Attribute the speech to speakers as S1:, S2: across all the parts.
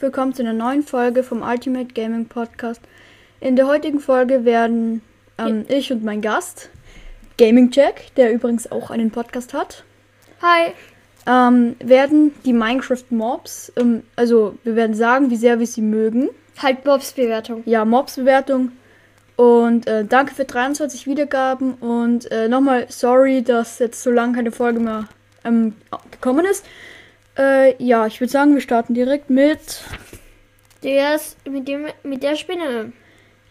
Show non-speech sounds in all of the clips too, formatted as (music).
S1: willkommen zu einer neuen Folge vom Ultimate Gaming Podcast. In der heutigen Folge werden ähm, ich und mein Gast, Gaming Jack, der übrigens auch einen Podcast hat,
S2: Hi.
S1: ähm, werden die Minecraft Mobs, ähm, also wir werden sagen, wie sehr wir sie mögen.
S2: Halt Bobs Bewertung.
S1: Ja, Mobs-Bewertung. Und äh, danke für 23 Wiedergaben und äh, nochmal sorry, dass jetzt so lange keine Folge mehr ähm, gekommen ist. Äh, ja, ich würde sagen, wir starten direkt mit.
S2: Der ist mit dem mit der Spinne.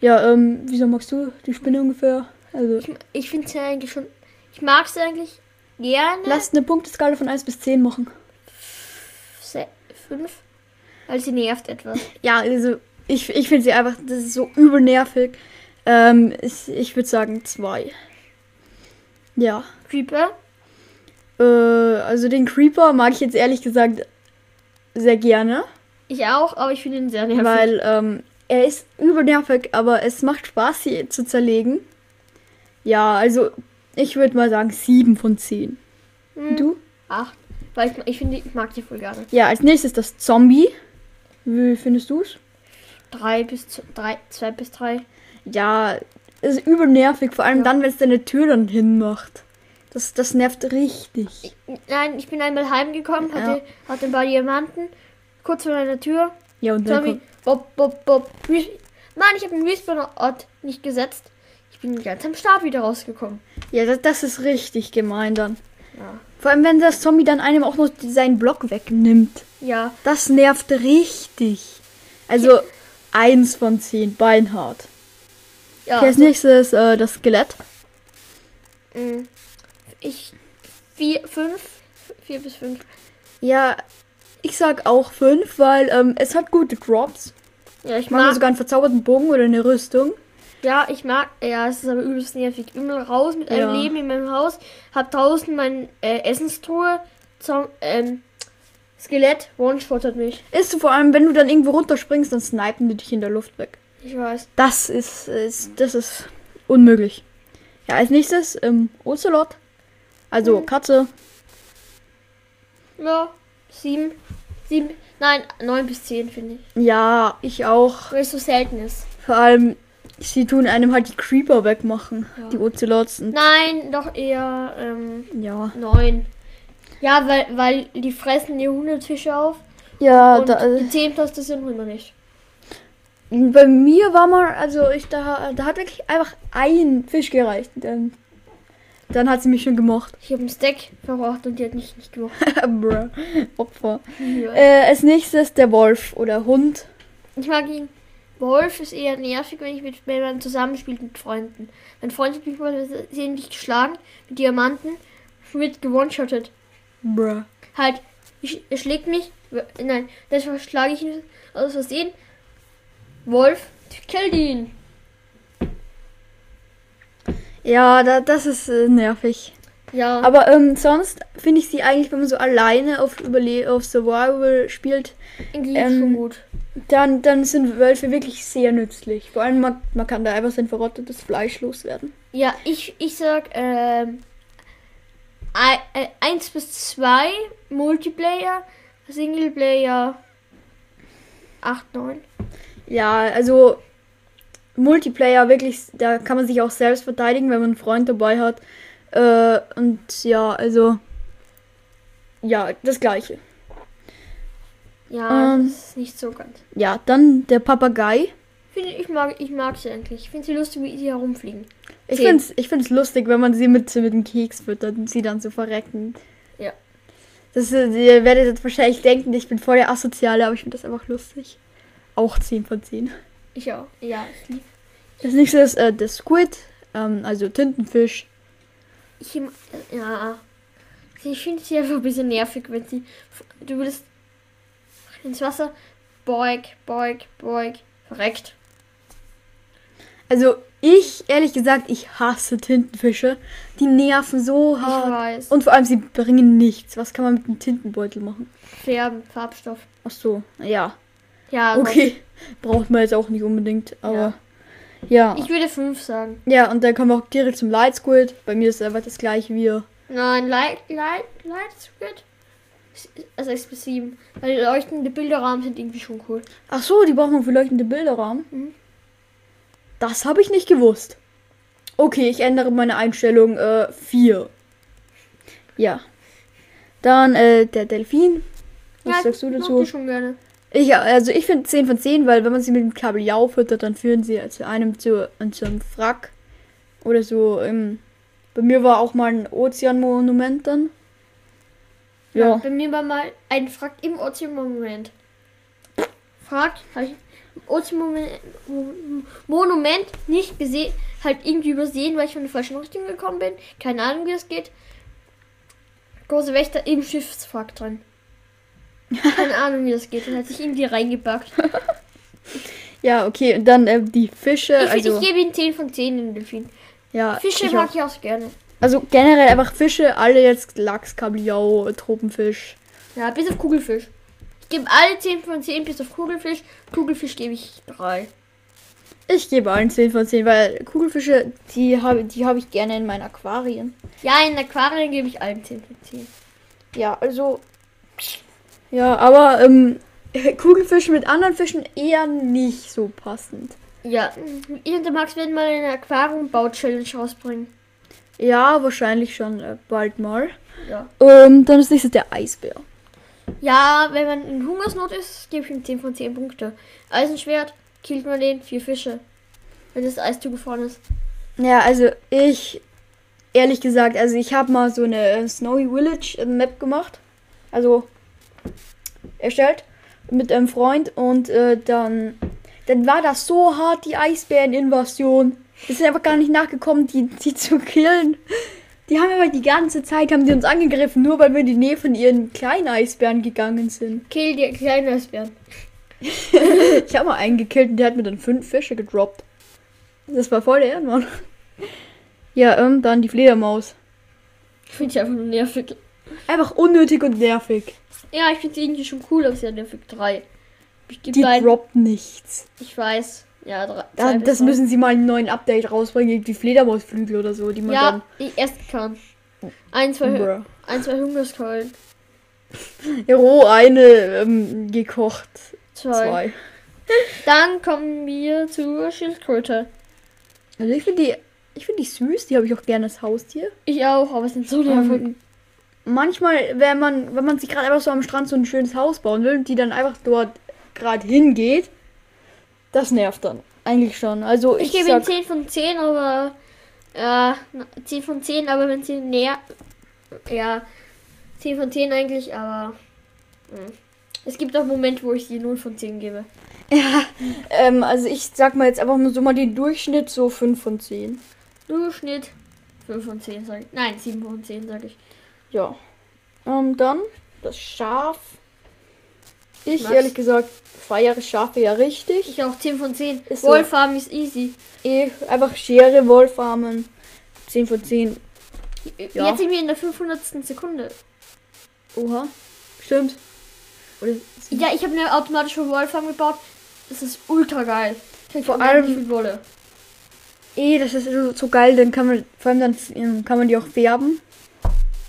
S1: Ja, ähm, wieso magst du die Spinne ungefähr? Also,
S2: Ich, ich finde sie eigentlich schon. Ich mag sie eigentlich gerne.
S1: lass eine Punkteskala von 1 bis 10 machen.
S2: Se- fünf. Weil sie nervt etwas.
S1: (laughs) Ja, also, ich, ich finde sie einfach, das ist so übel nervig. Ähm, ich, ich würde sagen 2. Ja.
S2: Creeper.
S1: Äh, also den Creeper mag ich jetzt ehrlich gesagt sehr gerne,
S2: Ich auch, aber ich finde ihn sehr nervig.
S1: weil ähm, er ist übernervig, aber es macht Spaß, sie zu zerlegen. Ja, also ich würde mal sagen 7 von 10.
S2: Hm,
S1: Du?
S2: Acht. Weil ich, ich finde, ich mag die voll gerne.
S1: Ja, als nächstes das Zombie. Wie findest du es?
S2: Drei bis zu, drei, zwei bis drei.
S1: Ja, ist übelnervig, vor allem
S2: Ja.
S1: dann, wenn es deine Tür dann hinmacht. Das, das nervt richtig.
S2: Nein, ich bin einmal heimgekommen, hatte, hatte ein paar Diamanten. Kurz vor meiner Tür.
S1: Ja, und dann
S2: Sorry.
S1: kommt,
S2: Bob, Bob, Bob. Re- Mann, ich habe den Respawn-Ort nicht gesetzt. Ich bin ganz am Start wieder rausgekommen.
S1: ja das, das ist richtig gemein dann.
S2: Ja.
S1: Vor allem, wenn das Zombie dann einem auch noch seinen Block wegnimmt.
S2: Ja,
S1: Das nervt richtig. Also, eins von zehn, beinhart.
S2: ja.
S1: Okay, als nächstes äh, das Skelett.
S2: Mm. Ich. Vier, fünf. Vier bis fünf.
S1: Ja, ich sag auch fünf, weil ähm, es hat gute Drops.
S2: Ja, ich
S1: Manchmal
S2: mag.
S1: sogar einen verzauberten Bogen oder eine Rüstung.
S2: Ja, ich mag. Ja, es ist aber übelst nervig. Immer raus mit einem
S1: Ja.
S2: Leben in meinem Haus. Hab draußen mein äh, Essenstruhe. Zum, ähm, Skelett. One-shottet mich.
S1: Ist so vor allem, wenn du dann irgendwo runterspringst, dann snipen die dich in der Luft weg.
S2: Ich weiß.
S1: Das ist, ist das ist unmöglich. Ja, als nächstes ähm, Ocelot. Also
S2: Mhm.
S1: Katze.
S2: Ja, sieben. Sieben. Nein, neun bis zehn, finde ich.
S1: Ja, ich auch.
S2: Weil es so selten ist.
S1: Vor allem, sie tun einem halt die Creeper wegmachen.
S2: Ja.
S1: Die Ocelots. Und,
S2: Nein, doch eher ähm,
S1: ja.
S2: neun. Ja, weil, weil die fressen die Hundefische auf.
S1: Ja,
S2: und
S1: da, äh,
S2: die Zehntoste sind immer nicht.
S1: bei mir war mal, also ich da, da hat wirklich einfach ein Fisch gereicht. Dann, dann hat sie mich schon gemocht. (laughs)
S2: Ich habe einen Stack verbraucht und die hat mich nicht gemacht.
S1: Bruh, Opfer.
S2: ich
S1: Äh, als nächstes der Wolf oder Hund.
S2: mag ihn. Wolf ist eher nervig, wenn ich mit wenn man zusammenspielt mit Freunden. Mein Freund hat mich mal versehentlich geschlagen mit Diamanten, wird gewonshottet.
S1: Bruh.
S2: Halt, ich, er schlägt mich. Nein, deshalb schlage ich ihn aus Versehen. Wolf, kill ihn.
S1: Ja, da, das ist äh, nervig.
S2: Ja.
S1: Aber ähm, sonst finde ich sie eigentlich, wenn man so alleine auf, Überle auf Survival spielt,
S2: Irgendwie
S1: Ähm,
S2: schon gut.
S1: dann, dann sind Wölfe wirklich sehr nützlich. Vor allem, man, man kann da einfach sein verrottetes Fleisch loswerden.
S2: Ja, ich, ich sag ähm, 1 bis 2 Multiplayer, Singleplayer 8, 9.
S1: Ja, also Multiplayer wirklich, da kann man sich auch selbst verteidigen, wenn man einen Freund dabei hat. Äh, und ja, also ja, das gleiche.
S2: Ja,
S1: Ähm.
S2: das ist nicht so ganz.
S1: Ja, dann der Papagei.
S2: Finde ich mag ich mag sie eigentlich. Ich finde sie lustig, wie sie herumfliegen.
S1: Ich
S2: Zehn.
S1: find's, ich find's lustig, wenn man sie mit, mit dem Keks füttert und sie dann so verrecken.
S2: Ja.
S1: Das, ist- ihr werdet jetzt wahrscheinlich denken, ich bin voll der Asoziale, aber ich finde das einfach lustig. Auch 10 von 10.
S2: Ich auch. Ja, ich lieb.
S1: Das nächste ist äh, der Squid, ähm, also Tintenfisch.
S2: Ich, im- äh, ja. Ich finde sie einfach ein bisschen nervig, wenn sie. Du willst ins Wasser. Boig, boig, boig. Verreckt.
S1: Also ich, ehrlich gesagt, ich hasse Tintenfische. Die nerven so
S2: Ich
S1: hart.
S2: weiß.
S1: Ah. Und vor allem, sie bringen nichts. Was kann man mit einem Tintenbeutel machen?
S2: Färben, Farbstoff.
S1: Ach so, ja.
S2: Ja, aber-
S1: Okay. Braucht man jetzt auch nicht unbedingt, aber ja.
S2: Ich würde 5 sagen.
S1: Ja, und dann kommen wir auch direkt zum Light Squid. Bei mir ist es einfach das gleiche wie.
S2: Nein, Light, Light, Light Squid also 6 bis 7. Weil die leuchtende Bilderrahmen sind irgendwie schon cool.
S1: Ach so, die braucht man für leuchtende Bilderrahmen.
S2: Mhm.
S1: Das habe ich nicht gewusst. Okay, ich ändere meine Einstellung äh, 4. Ja. Dann äh, der Delfin. Was
S2: Ja,
S1: sagst du
S2: mag
S1: dazu?
S2: die schon gerne.
S1: Ich, also ich finde 10 von 10, weil wenn man sie mit dem Kabeljau füttert, dann führen sie zu einem zu, zu einem Frack. Oder so. Ähm, bei mir war auch mal ein Ozeanmonument dann.
S2: Ja.
S1: Ja.
S2: Bei mir war mal ein Frag im Ozean-Monument. Frag, habe ich im Ozean-Monument nicht gesehen, halt irgendwie übersehen, weil ich von der falschen Richtung gekommen bin. Keine Ahnung, wie es geht. Große Wächter im Schiffswrack dran. Keine Ahnung, wie das geht. Dann hat sich irgendwie reingebackt.
S1: Ja, okay. Und dann ähm, die Fische.
S2: Ich, find,
S1: also,
S2: ich gebe ihn 10 von 10 den Delfin.
S1: ja,
S2: Fische
S1: ich
S2: mag
S1: auch.
S2: ich auch gerne.
S1: Also generell einfach Fische, alle jetzt Lachs, Kabeljau, Tropenfisch.
S2: Ja, bis auf Kugelfisch. Ich gebe alle 10 von 10 bis auf Kugelfisch. Kugelfisch gebe ich 3.
S1: Ich gebe allen 10 von 10, weil Kugelfische, die habe die hab ich gerne in meinen Aquarien.
S2: Ja, in Aquarien gebe ich allen 10 von 10.
S1: Ja, also. Ja, aber ähm, (laughs) Kugelfische mit anderen Fischen eher nicht so passend.
S2: Ja, ich und der Max werden mal eine Aquarium-Bau-Challenge rausbringen.
S1: Ja, wahrscheinlich schon äh, bald mal.
S2: Ja.
S1: Ähm, dann ist nächstes der Eisbär.
S2: Ja, wenn man in Hungersnot ist, gebe ich ihm 10 von 10 Punkte. Eisenschwert, killt man den, vier Fische. Wenn das Eis zugefroren ist.
S1: Ja, also ich, ehrlich gesagt, also ich habe mal so eine äh, Snowy Village äh, Map gemacht. Also erstellt mit einem Freund und äh, dann, dann war das so hart, die Eisbären-Invasion. Wir sind einfach gar nicht nachgekommen, die, die zu killen. Die haben aber die ganze Zeit, haben die uns angegriffen, nur weil wir in die Nähe von ihren kleinen Eisbären gegangen sind.
S2: Kill die kleinen Eisbären.
S1: Ich habe mal einen gekillt und der hat mir dann fünf Fische gedroppt. Das war voll der Ehrenmann. Ja, ähm, dann die Fledermaus.
S2: Ich finde sie einfach nur nervig.
S1: Einfach unnötig und nervig.
S2: Ja, ich finde sie irgendwie schon cool, aber sie hat nervig 3. Ich gebe
S1: Die
S2: beiden.
S1: droppt nichts.
S2: Ich weiß. Ja, drei,
S1: Da,
S2: zwei bis
S1: das
S2: drei.
S1: müssen sie mal einen neuen Update rausbringen, irgendwie Fledermausflügel oder so, die man
S2: Ja, ich essen kann. Ein, zwei,
S1: dann.
S2: Hü-
S1: Bruh.
S2: ein, zwei Hungerskeulen.
S1: Ja, roh eine ähm, gekocht.
S2: Zwei.
S1: Zwei.
S2: Dann kommen wir zur Schildkröte.
S1: Also ich finde die, ich finde die süß, die habe ich auch gerne als Haustier.
S2: Ich auch, aber es sind so nervig.
S1: Ähm, manchmal, wenn man, wenn man sich gerade einfach so am Strand so ein schönes Haus bauen will und die dann einfach dort gerade hingeht, das nervt dann. Eigentlich schon. Also
S2: ich
S1: ich,
S2: gebe ihm
S1: sag,
S2: 10 von 10, aber. Ja, na, 10 von 10, aber wenn sie näher. Ja, 10 von 10 eigentlich, aber. mm. Es gibt auch Momente, wo ich sie 0 von 10 gebe.
S1: ähm, also ich sag mal jetzt einfach nur so mal den Durchschnitt so 5 von 10.
S2: Durchschnitt 5 von 10, sag ich. Nein, 7 von 10, sag ich.
S1: Ja. Ähm, dann das Schaf. Ich
S2: Max?
S1: ehrlich gesagt feiere Schafe ja richtig.
S2: Ich auch 10 von 10.
S1: Ist so.
S2: Wohlfarben ist easy.
S1: Eh, einfach Schere, Wollfarmen. 10 von 10. Ja.
S2: Jetzt sind wir in der 500. Sekunde.
S1: Oha. Stimmt. Oder
S2: Ja, ich habe eine automatische Wollfarm gebaut. Das ist ultra geil. Ich krieg
S1: Vor
S2: unendlich
S1: allem-
S2: viel Wolle.
S1: eh, das ist so, so geil, dann kann man, vor allem dann ähm, kann man die auch färben.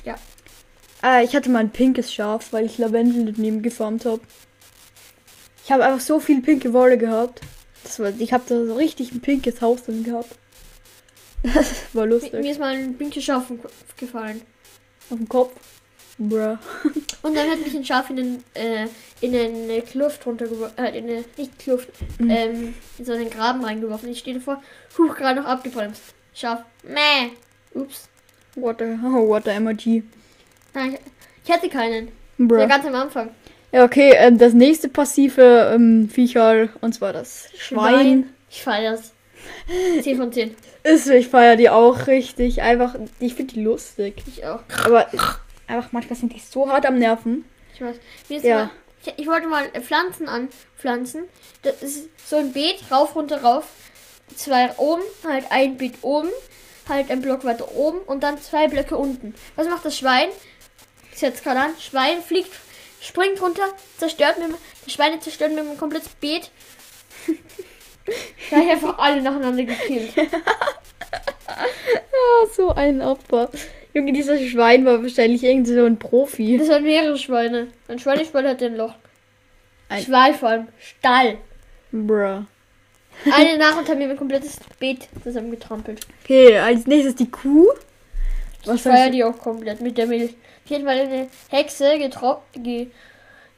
S2: Ja.
S1: Äh, ich hatte mal ein pinkes Schaf, weil ich Lavendel daneben gefarmt habe. Ich habe einfach so viel pinke Wolle gehabt. Das war, ich habe da so richtig ein pinkes Haus drin gehabt. (laughs) Das war lustig.
S2: Mir mir ist mal ein pinkes Schaf vom Kopf gefallen.
S1: Auf dem Kopf. Bruh.
S2: Und dann hat mich ein Schaf in, den, äh, in eine Kluft runtergeworfen. Äh, in eine, nicht Kluft,
S1: Mhm.
S2: ähm, in so einen Graben reingeworfen. Ich stehe davor, huch, gerade noch abgebremst. Schaf, meh. Ups.
S1: What the, oh, what the MRG.
S2: Nein, ich, ich hatte keinen. Der
S1: Bruh.
S2: ganz am Anfang.
S1: Ja, okay, ähm, das nächste passive ähm, Viecherl, und zwar das Schwein.
S2: Ich feiere das. 10 von 10.
S1: Ist, ich feiere die auch richtig. Einfach, ich finde die lustig.
S2: Ich auch.
S1: Aber einfach manchmal sind die so hart am Nerven.
S2: Ich weiß. Mir ist
S1: Ja.
S2: mal, ich, ich wollte mal äh, Pflanzen anpflanzen. Das ist so ein Beet, rauf, runter, rauf. Zwei oben, halt ein Beet oben, halt ein Block weiter oben und dann zwei Blöcke unten. Was macht das Schwein? Ich setze gerade an. Schwein fliegt, springt runter, zerstört mir, die Schweine zerstören mir mein komplettes Beet. da hab ich einfach alle nacheinander gekillt.
S1: Ah, so ein Opfer. Junge, dieses Schwein war wahrscheinlich irgendwie so ein Profi.
S2: Das waren mehrere Schweine. Ein Schweineschwein hat ein Loch.
S1: Ein-
S2: Schwein vor allem. Stall.
S1: Bruh.
S2: Eine Nacht haben wir mein komplettes Beet zusammengetrampelt.
S1: Okay, als nächstes die Kuh.
S2: Ich
S1: Was
S2: feier
S1: heißt
S2: die auch komplett mit der Milch. Ich hätte mal eine Hexe getroffen. Ge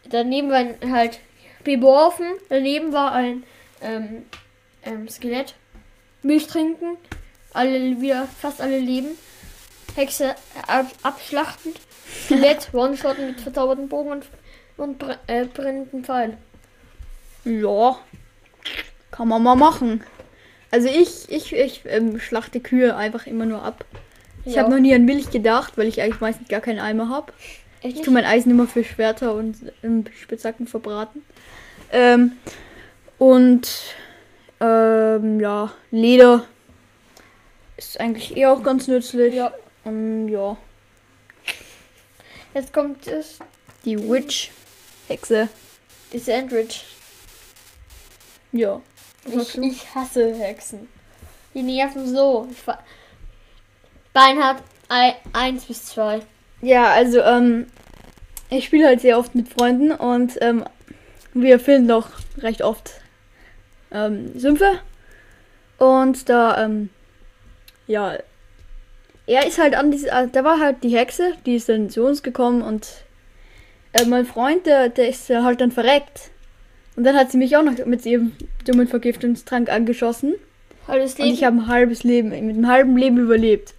S2: daneben war ein halt beworfen. Daneben war ein ähm, ähm, Skelett. Milch trinken. Alle wieder, fast alle leben. Hexe äh, ab abschlachten.
S1: (laughs)
S2: Skelett one-shotten mit verzauberten Bogen und, und br äh, brennenden Pfeil.
S1: Ja. Kann man mal machen. Also ich, ich, ich ähm, schlachte Kühe einfach immer nur ab. Ich
S2: Ja.
S1: habe noch nie an Milch gedacht, weil ich eigentlich meistens gar keinen Eimer habe.
S2: Echt
S1: Ich
S2: nicht?
S1: tue mein Eisen immer für Schwerter und ähm, Spitzhacken verbraten. Ähm, und ähm, ja, Leder ist eigentlich eh auch ganz nützlich.
S2: Ja.
S1: Ähm, ja.
S2: Jetzt kommt das,
S1: Die Witch. Hexe.
S2: das Sandwich.
S1: Ja.
S2: Ich, ich hasse Hexen. Die nerven so. Ich fa- Beinhard 1 bis 2.
S1: Ja, also ähm, ich spiele halt sehr oft mit Freunden und ähm, wir finden auch recht oft ähm, Sümpfe. Und da, ähm, ja, er ist halt an diese, da war halt die Hexe, die ist dann zu uns gekommen und äh, mein Freund, der, der ist ja halt dann verreckt. Und dann hat sie mich auch noch mit ihrem dummen Vergiftungstrank angeschossen.
S2: Halbes
S1: Und
S2: Leben.
S1: ich habe ein halbes Leben, mit einem halben Leben überlebt.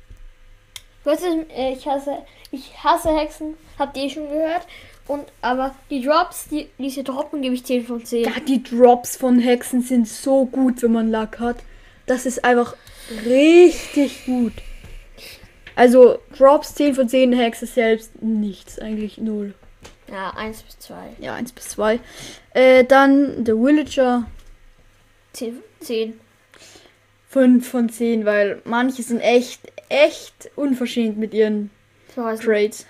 S2: weißt du, äh, ich hasse, ich hasse Hexen. Habt ihr schon gehört? Und aber die Drops, die, diese Droppen gebe ich 10 von 10.
S1: Ja, die Drops von Hexen sind so gut, wenn man Lack hat. Das ist einfach richtig gut. Also Drops 10 von 10 Hexe selbst nichts, eigentlich null.
S2: Ja, 1 bis 2.
S1: Ja, 1 bis 2. Äh, dann der Villager
S2: 10 von 10.
S1: 5 von 10, weil manche sind echt, echt unverschämt mit ihren
S2: So heißt es.
S1: Trades.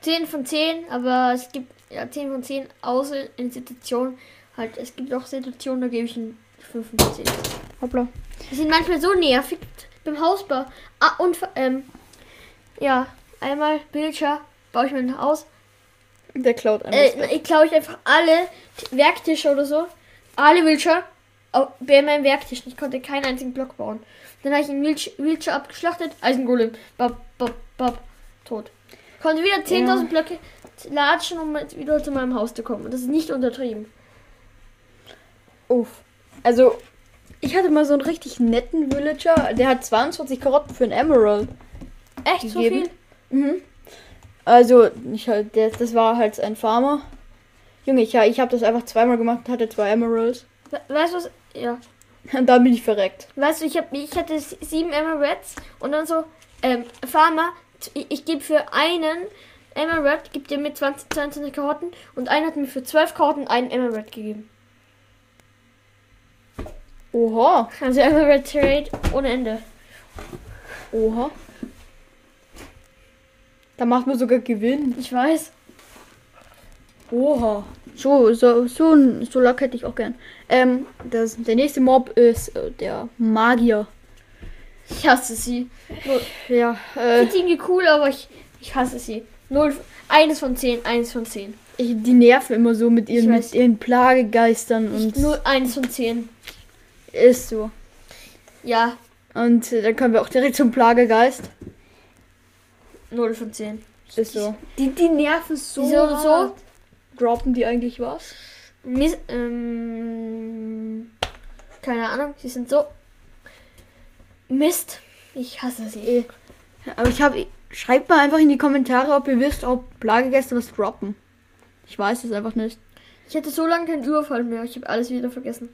S2: 10 von 10, aber es gibt ja 10 von 10, außer in Situationen. Halt, es gibt auch Situationen, da gebe ich einen 5 von 10.
S1: Hoppla.
S2: Die sind manchmal so nervig beim Hausbau. Ah, und ähm, ja, einmal Bildschirm baue ich mir ein Haus.
S1: Der klaut einfach.
S2: Äh, ich klaue ich einfach alle T- Werktische oder so. Alle Wildschirm bei meinem Werktisch. Ich konnte keinen einzigen Block bauen. Dann habe ich einen Wildschirm abgeschlachtet. also Eisengolem. Bap, bap, bap. Tot. Konnte wieder 10.000 Blöcke latschen, um jetzt wieder zu meinem Haus zu kommen. Und das ist nicht untertrieben.
S1: Uff. Also, ich hatte mal so einen richtig netten Villager, der hat 22 Karotten für ein Emerald.
S2: Echt so
S1: Gegeben?
S2: viel?
S1: Mhm. Also, ich, halt- das, das war halt ein Farmer. Junge, ich, ich habe das einfach zweimal gemacht und hatte zwei Emeralds. (laughs)
S2: We weißt du was? Ja.
S1: Und dann bin ich verreckt.
S2: Weißt du, ich, hab, ich hatte s- sieben Emirates und dann so, ähm, Farmer, t- ich, ich gebe für einen Emirate, gibt dir mit 20, 22 Karotten und einer hat mir für 12 Karotten einen Emirate gegeben.
S1: Oha,
S2: Also Emirate Trade ohne Ende.
S1: oha. Da macht man sogar Gewinn.
S2: Ich weiß.
S1: Oha. So, so, so, ein- so Lack hätte ich auch gern. Ähm, das, der nächste Mob ist äh, der Magier.
S2: Ich hasse sie.
S1: Ja,
S2: Ich
S1: äh,
S2: finde irgendwie cool, aber ich, ich hasse sie. Null, eines von zehn, eines von zehn.
S1: ich, die nerven immer so mit ihren,
S2: Ich
S1: mit
S2: weiß.
S1: ihren Plagegeistern
S2: Ich,
S1: und
S2: null, eins von zehn.
S1: ist so.
S2: Ja,
S1: Und äh, dann können wir auch direkt zum Plagegeist.
S2: null von zehn.
S1: Ist so. Die, die nerven so.
S2: Wieso und so?
S1: Droppen die eigentlich was?
S2: Mis ähm, keine Ahnung, sie sind so Mist. Ich hasse sie.
S1: Eh. Aber ich habe. Schreibt mal einfach in die Kommentare, ob ihr wisst, ob Plagegäste was droppen. Ich weiß es einfach nicht.
S2: Ich hatte so lange keinen Überfall mehr. Ich habe alles wieder vergessen.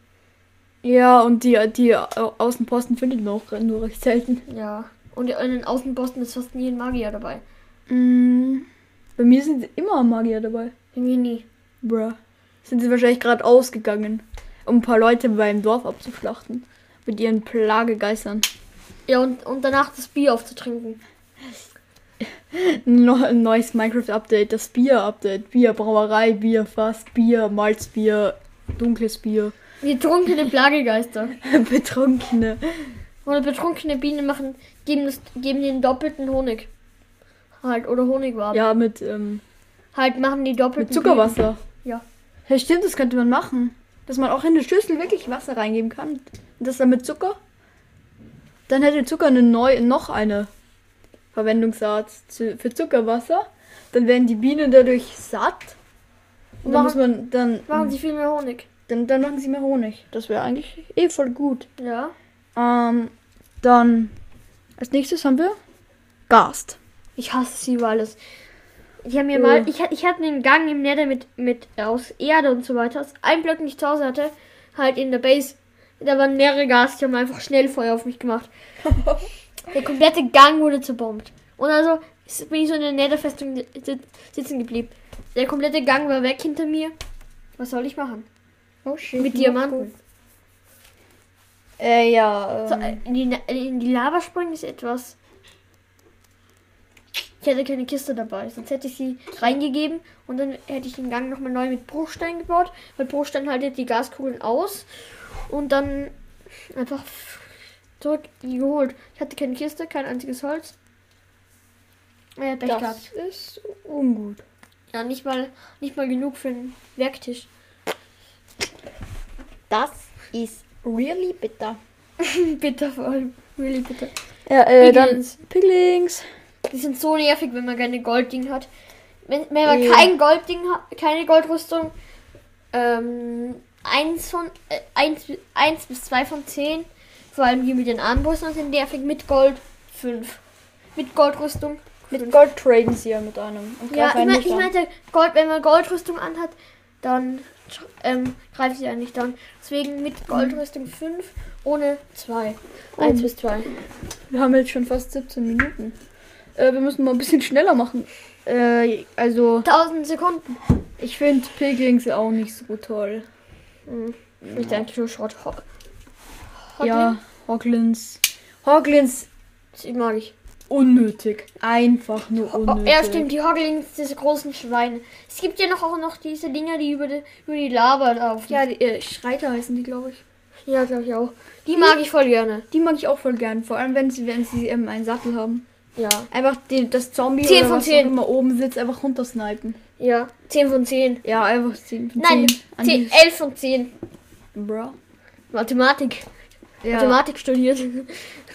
S1: Ja, und die, die Au- Außenposten findet man auch nur recht selten.
S2: Ja. Und in den Außenposten ist fast nie ein Magier dabei.
S1: Mm, bei mir sind immer Magier dabei.
S2: Irgendwie nie.
S1: Bruh. Sind sie wahrscheinlich gerade ausgegangen, um ein paar Leute beim Dorf abzuschlachten. Mit ihren Plagegeistern.
S2: Ja, und, und danach das Bier aufzutrinken.
S1: No, ein neues Minecraft-Update, das Bier-Update. Bier, Brauerei, Bier, Fass, Bier, Malzbier, dunkles Bier, (laughs)
S2: Wir trunkene Plagegeister.
S1: betrunkene.
S2: Oder betrunkene Bienen machen, geben, das, geben den doppelten Honig. halt oder Honigwaben.
S1: Ja, mit, ähm,
S2: Halt machen die doppelten
S1: mit Zuckerwasser.
S2: Ja.
S1: Ja, stimmt, das könnte man machen. Dass man auch in eine Schüssel wirklich Wasser reingeben kann. Und das dann mit Zucker. Dann hätte Zucker eine neu, noch eine Verwendungsart zu, für Zuckerwasser. Dann werden die Bienen dadurch satt. Und dann
S2: Machen-
S1: muss man dann,
S2: Blüten. Machen sie viel mehr Honig.
S1: dann, dann machen sie mehr Honig. Das wäre eigentlich eh voll gut.
S2: Ja.
S1: Ähm, dann als nächstes haben wir Gast.
S2: Ich hasse sie über alles. Die haben mir
S1: Ja.
S2: mal, ich, ha- ich hatte einen Gang im Nether mit, mit aus Erde und so weiter. Das Ein Block, den ich zu Hause hatte, halt in der Base. Da waren mehrere Gas, die haben einfach schnell Feuer auf mich gemacht. der komplette Gang wurde zerbombt. Und also ist- bin ich so in der Netherfestung sit- sitzen geblieben. Der komplette Gang war weg hinter mir. Was soll ich machen?
S1: Oh,
S2: Mit Diamanten.
S1: Äh, ja.
S2: So, äh, in, die, Na- äh, in die Lava springen ist etwas. Ich hatte keine Kiste dabei, sonst hätte ich sie reingegeben und dann hätte ich den Gang nochmal neu mit Bruchstein gebaut, weil Bruchstein haltet die Gaskugeln aus und dann einfach zurück geholt. Ich hatte keine Kiste, kein einziges Holz. Äh, Pech
S1: das
S2: gehabt.
S1: ist ungut.
S2: Ja, nicht mal, nicht mal genug für einen Werktisch. (laughs)
S1: Das ist really bitter.
S2: bitter vor allem. Really bitter.
S1: Ja, äh,
S2: Piglins.
S1: dann Piglings.
S2: Die sind so nervig, wenn man keine Goldding hat. Wenn, wenn man
S1: Ja.
S2: kein Goldding hat, keine Goldrüstung, ähm, eins von, äh, eins, eins bis zwei von zehn, vor allem die mit den Armbrüsten sind nervig, mit Gold fünf. Mit Goldrüstung.
S1: Mit
S2: fünf.
S1: Gold traden sie ja mit einem. Und
S2: Ja, ich,
S1: greifen
S2: mein,
S1: nicht
S2: ich
S1: an.
S2: meinte, Gold, wenn man Goldrüstung anhat, dann sch- ähm, greift sie einen nicht an. Deswegen mit Goldrüstung fünf, ohne zwei. Mhm. Eins
S1: Oh.
S2: bis zwei.
S1: Wir haben jetzt schon fast 17 Minuten. Äh, wir müssen mal ein bisschen schneller machen. Äh, also,
S2: 1000 Sekunden.
S1: ich finde Piglings auch nicht so toll.
S2: Mhm. Ich denke, du Schrott. Ho-
S1: Ja, Hoglins. Hoglins
S2: Die mag ich.
S1: unnötig. Einfach nur
S2: Oh,
S1: unnötig.
S2: ja, stimmt, die Hogglings, diese großen Schweine. Es gibt ja noch auch noch diese Dinger, die über die, über die Lava laufen.
S1: Ja, die, äh, Schreiter heißen die, glaube ich.
S2: ja glaube ich auch. Die mag ich voll gerne.
S1: Die mag ich auch voll gern. Vor allem, wenn sie, wenn sie ähm, einen Sattel haben.
S2: Ja.
S1: Einfach die, das Zombie,
S2: 10
S1: oder
S2: von
S1: was
S2: 10.
S1: auch immer oben sitzt, einfach runtersnipen.
S2: Ja. 10 von 10.
S1: Ja, einfach 10 von 10.
S2: Nein, 10, 11 von 10.
S1: Bro.
S2: Mathematik.
S1: Ja,
S2: Mathematik studiert.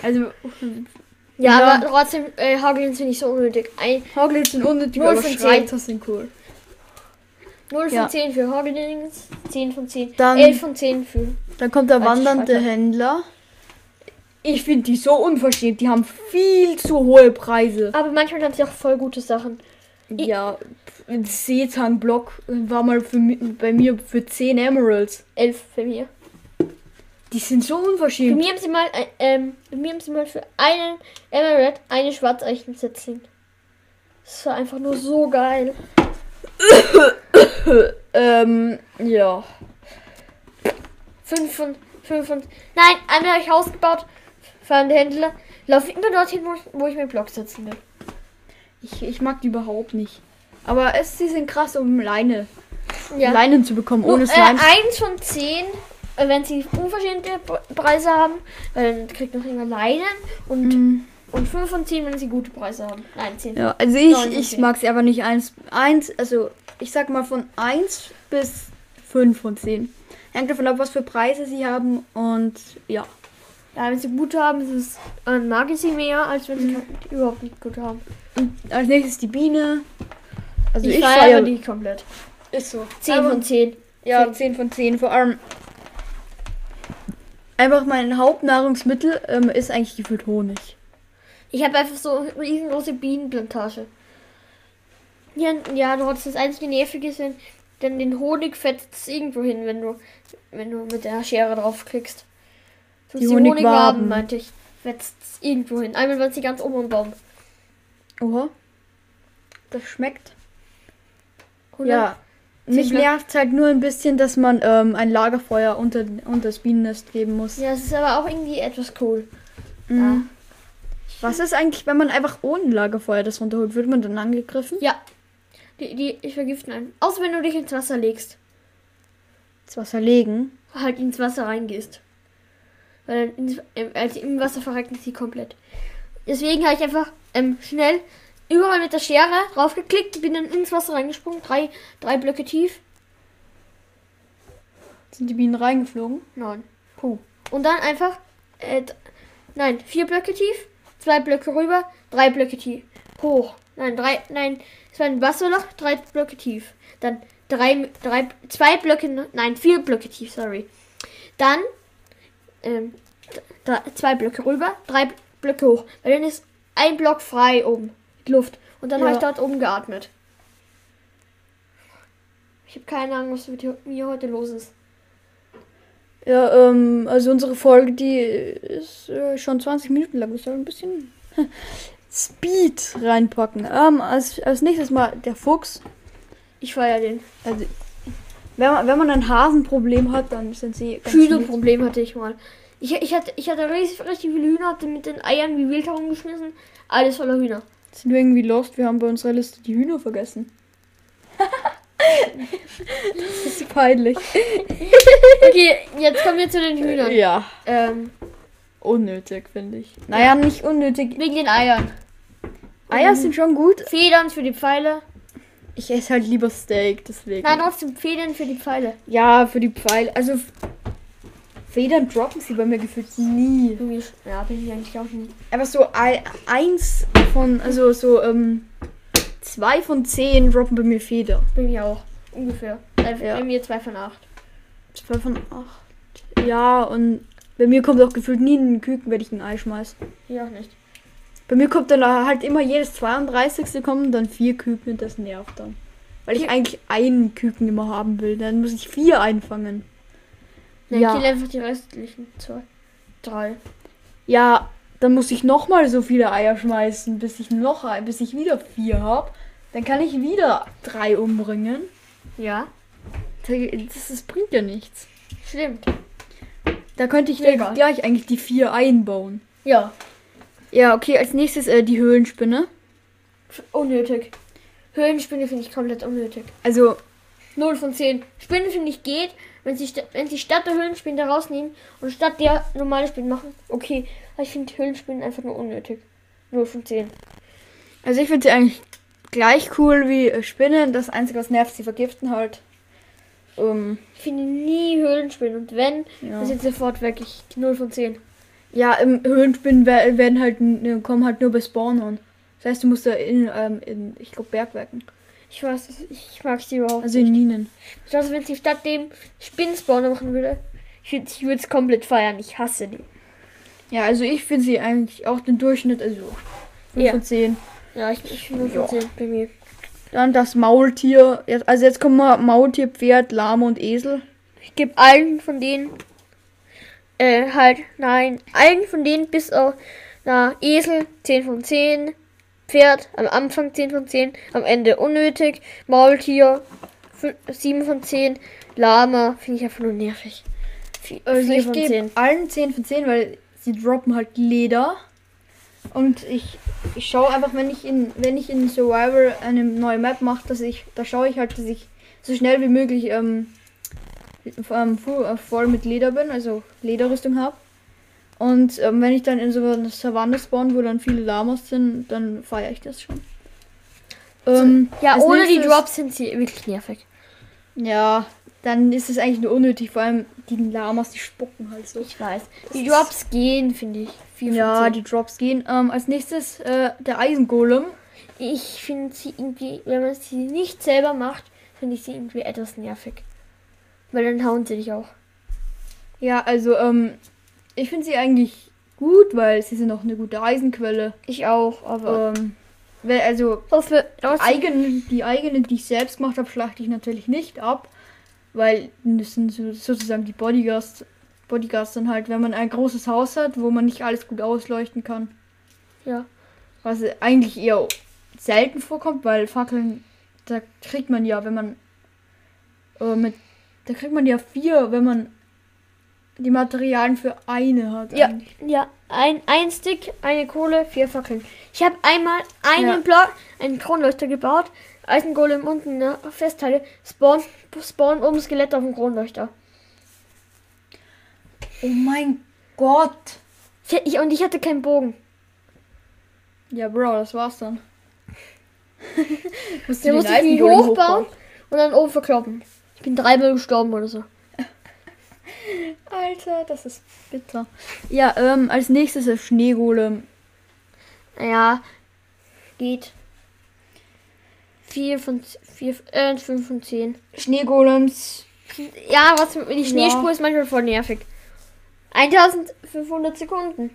S1: also
S2: Ja,
S1: Ja.
S2: aber trotzdem, äh, Hogglings finde ich so unnötig. Ein,
S1: Hoglins sind unnötig,
S2: Null
S1: aber
S2: von 10.
S1: Schreiter sind cool.
S2: 0 von
S1: Ja.
S2: 10 für Hogglings, 10 von 10.
S1: Dann-
S2: 11 von 10 für.
S1: Dann kommt der
S2: Als
S1: wandernde
S2: Schreiter.
S1: Händler. Ich finde die so unverschämt. Die haben viel zu hohe Preise.
S2: Aber manchmal haben sie auch voll gute Sachen. Ich-
S1: Ja, ein Seetangblock war mal für, mi- bei mir für 10 Emeralds.
S2: 11 für mir.
S1: Die sind so
S2: Bei
S1: unverschämt.
S2: mir haben sie mal, äh, ähm, bei mir haben sie mal für einen Emerald eine Schwarzeichensetzling. Das war einfach nur so geil.
S1: Ähm, ja.
S2: Fünf von, fünf von, nein, einmal habe ich Haus gebaut, fahren der Händler, laufe immer dorthin, wo ich, wo ich meinen Block setzen will.
S1: Ich, ich mag die überhaupt nicht. Aber es, sie sind krass, um Leine,
S2: Ja.
S1: Leinen zu bekommen,
S2: Nur,
S1: ohne
S2: äh,
S1: Slime.
S2: eins von zehn, äh, wenn sie unverschämte Pre- Preise haben, weil dann kriegt noch jemand Leinen und,
S1: Mhm.
S2: und fünf von zehn, wenn sie gute Preise haben. Nein, zehn.
S1: Ja, also ich,
S2: Neun,
S1: ich
S2: okay.
S1: mag sie aber nicht. Eins, eins, also ich sag mal von 1 bis 5 von 10. Hängt davon ab, was für Preise sie haben und ja.
S2: Ja, wenn sie gute haben, ist es, äh, mag ich sie mehr, als wenn
S1: Mhm.
S2: sie ke- überhaupt nicht gut haben.
S1: Und als nächstes die Biene. Also
S2: ich,
S1: ich,
S2: feiere
S1: feiere
S2: die komplett. Also
S1: Ist so.
S2: 10 von 10.
S1: Ja,
S2: Zehn.
S1: 10 von 10. Vor allem einfach mein Hauptnahrungsmittel ähm, ist eigentlich gefühlt Honig.
S2: Ich habe einfach so eine riesengroße Bienenplantage. Ja, ja du hast das einzige Nervige ist, wenn dann den Honig fetzt es irgendwo hin, wenn du, wenn du mit der Schere draufklickst. So
S1: Die
S2: ist
S1: Honigwaben.
S2: meinte ich. Fetzt es irgendwo hin. Einmal waren sie ganz oben am Baum.
S1: Oha. Das schmeckt.
S2: Und
S1: Ja. Mich
S2: Ziemlich-
S1: nervt halt nur ein bisschen, dass man ähm, ein Lagerfeuer unter, unter das Bienennest geben muss.
S2: dann- Ja, es ist aber auch irgendwie etwas cool.
S1: Mhm. Was ist eigentlich, wenn man einfach ohne Lagerfeuer das runterholt? Wird man dann angegriffen?
S2: Ja. Die, die, ich vergiften einen. Außer wenn du dich ins Wasser legst.
S1: Das Wasser legen.
S2: halt ins Wasser reingehst. Weil dann ins, ähm, also im Wasser verrecken sie komplett. Deswegen habe ich einfach ähm, schnell überall mit der Schere draufgeklickt, bin dann ins Wasser reingesprungen, drei, drei Blöcke tief.
S1: Sind die Bienen reingeflogen?
S2: Nein. Puh. Und dann einfach, äh, d- nein, vier Blöcke tief, zwei Blöcke rüber, drei Blöcke tief, hoch. Nein, drei, nein, es war ein Wasserloch, drei Blöcke tief. Dann drei, drei, zwei Blöcke, ne- nein, vier Blöcke tief, sorry. Dann, ähm, d- drei, zwei Blöcke rüber, drei Blöcke hoch. Weil dann ist ein Block frei oben, die Luft. Und dann
S1: Ja.
S2: habe ich dort oben geatmet. Ich habe keine Ahnung, was mit mir heute los ist.
S1: Ja, ähm, also unsere Folge, die ist äh, schon 20 Minuten lang. Wir sollen ein bisschen (laughs) Speed reinpacken. Ähm, als, als nächstes mal der Fuchs.
S2: Ich feiere den.
S1: Also, wenn man, wenn man ein Hasenproblem hat, dann sind sie ganz lieb.
S2: Hühnerproblem hatte ich mal. Ich, ich hatte, ich hatte richtig, richtig viele Hühner, hatte mit den Eiern wie wild herumgeschmissen. Alles voller
S1: (laughs)
S2: Hühner.
S1: Sind wir irgendwie lost? Wir haben bei unserer Liste die Hühner vergessen. das ist peinlich.
S2: Okay, jetzt kommen wir zu den Hühnern.
S1: Ja,
S2: Ähm,
S1: unnötig, finde ich. Naja, nicht unnötig.
S2: wegen den Eiern.
S1: Eier sind schon gut.
S2: Federn für die Pfeile.
S1: Ich esse halt lieber Steak, deswegen.
S2: Nein, trotzdem Federn für die Pfeile.
S1: Ja, für die Pfeile. Also F- Federn droppen sie bei mir gefühlt nie.
S2: Irgendwie sch- Ja, bin ich eigentlich auch nie.
S1: Aber so ei- eins von, also so ähm, zwei von zehn droppen bei mir Feder.
S2: Bin ich auch. Ungefähr. Bei
S1: Ja.
S2: bei mir zwei von acht.
S1: Zwei von acht. Ja, und bei mir kommt auch gefühlt nie ein Küken, wenn ich ein Ei schmeiß.
S2: Ich auch nicht.
S1: Bei mir kommt dann halt immer jedes 32. kommen dann vier Küken und das nervt dann. Weil ich
S2: Hier-
S1: eigentlich einen Küken immer haben will. Dann muss ich vier einfangen.
S2: Nein,
S1: Ja.
S2: kill einfach die restlichen zwei. Drei.
S1: Ja, dann muss ich nochmal so viele Eier schmeißen, bis ich noch ein, bis ich wieder vier habe. Dann kann ich wieder drei umbringen.
S2: Ja.
S1: Das, das bringt ja nichts.
S2: Stimmt.
S1: Da könnte ich
S2: Mega.
S1: gleich eigentlich die vier einbauen.
S2: Ja.
S1: Ja, okay, als nächstes äh, die Höhlenspinne.
S2: F- Unnötig. Höhlenspinne finde ich komplett unnötig.
S1: Also,
S2: 0 von 10. Spinnen finde ich geht, wenn sie, sta- wenn sie statt der Höhlenspinnen da rausnehmen und statt der normale Spinnen machen. Okay, aber ich finde Höhlenspinnen einfach nur unnötig. 0 von 10.
S1: also ich finde sie eigentlich gleich cool wie äh, Spinnen. Das Einzige, was nervt, sie vergiften halt. Ähm,
S2: Ich finde nie Höhlenspinnen und wenn,
S1: ja.
S2: dann sind sie sofort weg. Ich 0 von 10.
S1: Ja, im Höhlenspinnen wer- werden halt, n- kommen halt nur bei Spawnern. Das heißt, du musst da in, ähm, in ich glaube, Bergwerken.
S2: Ich weiß, das- ich mag sie überhaupt
S1: Also
S2: nicht.
S1: in Minen.
S2: Ich glaube, wenn sie statt dem Spinnenspawner machen würde, ich, würd- ich würde es komplett feiern. Ich hasse die.
S1: Ja, also ich finde sie eigentlich auch den Durchschnitt, also 5
S2: Ja.
S1: von 10.
S2: Ja, ich, ich 0 von
S1: Ja.
S2: 10 bei mir.
S1: Dann das Maultier. Jetzt- Also jetzt kommen wir Maultier, Pferd, Lama und Esel.
S2: Ich gebe allen von denen äh, halt, nein, allen von denen bis auf, na, Esel 10 von 10, Pferd am Anfang 10 von 10, am Ende unnötig, Maultier fün- 7 von 10, Lama finde ich einfach nur nervig. Vi-
S1: Also
S2: 4
S1: ich gebe allen 10 von 10, weil sie droppen halt Leder. Und ich, ich schaue einfach, wenn ich in wenn ich in Survival eine neue Map mache, dass ich da schaue ich halt, dass ich so schnell wie möglich ähm, ähm, fu- äh, voll mit Leder bin, also Lederrüstung habe. Und ähm, wenn ich dann in so eine Savanne spawn, wo dann viele Lamas sind, dann feiere ich das schon. Ähm,
S2: Ja,
S1: als
S2: ohne die
S1: nächstes-
S2: Drops sind sie wirklich nervig.
S1: Ja, dann ist es eigentlich nur unnötig, vor allem die Lamas, die spucken halt so.
S2: Ich weiß.
S1: Das
S2: Die
S1: ist-
S2: Drops gehen, finde ich. vier von
S1: Ja,
S2: zehn.
S1: die Drops gehen. Ähm, als nächstes äh, der Eisengolem.
S2: Ich finde sie irgendwie, wenn man sie nicht selber macht, finde ich sie irgendwie etwas nervig. Weil dann hauen sie dich auch.
S1: Ja, also ähm, ich finde sie eigentlich gut, weil sie sind auch eine gute Eisenquelle.
S2: Ich auch, aber.
S1: Ähm, weil- also
S2: Hoffe, trotzdem,
S1: eigen, die eigene, die ich selbst gemacht habe, schlachte ich natürlich nicht ab, weil das sind so, sozusagen die Bodyguards. Bodyguards dann halt, wenn man ein großes Haus hat, wo man nicht alles gut ausleuchten kann.
S2: ja.
S1: Was eigentlich eher selten vorkommt, weil Fackeln, da kriegt man ja, wenn man äh, mit, da kriegt man ja vier, wenn man die Materialien für eine hat.
S2: Ja,
S1: eigentlich.
S2: ja. Ein, ein Stick, eine Kohle, vier Fackeln. Ich habe einmal
S1: Ja.
S2: einen Block, einen Kronleuchter gebaut, Eisengolem unten eine Festteile, spawn, spawn oben Skelett auf dem Kronleuchter.
S1: Oh mein Gott.
S2: Ich, ich, und ich hatte keinen Bogen.
S1: (laughs) Ja, Bro, das war's dann. Musst
S2: Der musste die hochbauen und dann oben verkloppen. Ich bin dreimal gestorben oder so.
S1: Alter, das ist bitter. Ja, ähm, als nächstes der Schneegolem.
S2: Ja, geht. 4 von 4, äh, 5 von 10.
S1: Schneegolems.
S2: Ja, was die Schneespur
S1: Ja.
S2: ist manchmal voll nervig. 1500 Sekunden.